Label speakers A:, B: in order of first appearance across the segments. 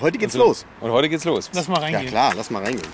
A: Heute geht's
B: Also-
A: los.
B: Und heute geht's los.
C: Lass mal
A: Ja
C: reingehen.
A: klar, lass mal reingehen.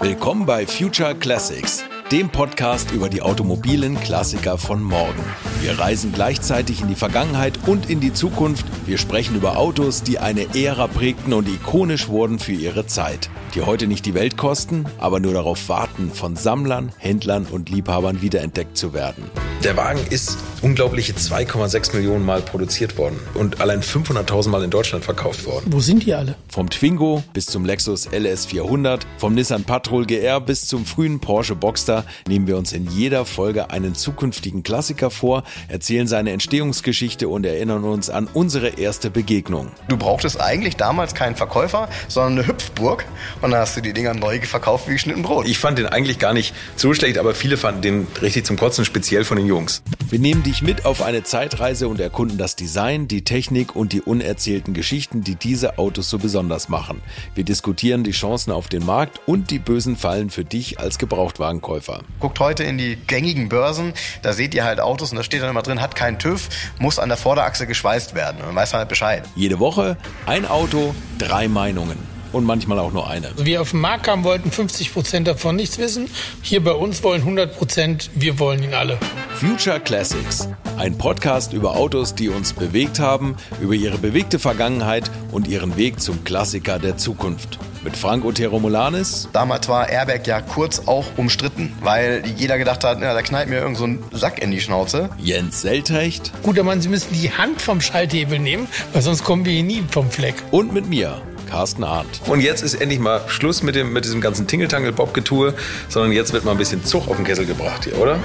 D: Willkommen bei Future Classics, dem Podcast über die automobilen Klassiker von morgen. Wir reisen gleichzeitig in die Vergangenheit und in die Zukunft. Wir sprechen über Autos, die eine Ära prägten und ikonisch wurden für ihre Zeit, die heute nicht die Welt kosten, aber nur darauf warten, von Sammlern, Händlern und Liebhabern wiederentdeckt zu werden. Der Wagen ist unglaubliche 2,6 Millionen Mal produziert worden und allein 500.000 Mal in Deutschland verkauft worden.
C: Wo sind die alle?
D: Vom Twingo bis zum Lexus LS400, vom Nissan Patrol GR bis zum frühen Porsche Boxster nehmen wir uns in jeder Folge einen zukünftigen Klassiker vor, erzählen seine Entstehungsgeschichte und erinnern uns an unsere erste Begegnung.
E: Du brauchtest eigentlich damals keinen Verkäufer, sondern eine Hüpfburg. Und dann hast du die Dinger neu verkauft wie geschnitten Brot.
D: Ich fand den eigentlich gar nicht so schlecht, aber viele fanden den richtig zum Kotzen, speziell von den Jungs. Wir nehmen dich mit auf eine Zeitreise und erkunden das Design, die Technik und die unerzählten Geschichten, die diese Autos so besonders machen. Wir diskutieren die Chancen auf den Markt und die bösen Fallen für dich als Gebrauchtwagenkäufer.
E: Guckt heute in die gängigen Börsen, da seht ihr halt Autos und da steht dann immer drin, hat keinen TÜV, muss an der Vorderachse geschweißt werden. Und dann weiß man halt Bescheid.
D: Jede Woche ein Auto, drei Meinungen und manchmal auch nur eine.
C: Wir auf den Markt kamen, wollten 50 Prozent davon nichts wissen. Hier bei uns wollen 100 Prozent, wir wollen ihn alle.
D: Future Classics, ein Podcast über Autos, die uns bewegt haben, über ihre bewegte Vergangenheit und ihren Weg zum Klassiker der Zukunft. Mit Frank Otero Molanis,
E: Damals war Airbag ja kurz auch umstritten, weil jeder gedacht hat, na, da knallt mir irgend so ein Sack in die Schnauze.
D: Jens Seltecht
C: Guter Mann, Sie müssen die Hand vom Schalthebel nehmen, weil sonst kommen wir hier nie vom Fleck.
D: und mit mir, Carsten Arndt.
B: Und jetzt ist endlich mal Schluss mit, dem, mit diesem ganzen Tingeltangel-Bob-Getue, sondern jetzt wird mal ein bisschen Zug auf den Kessel gebracht hier, oder?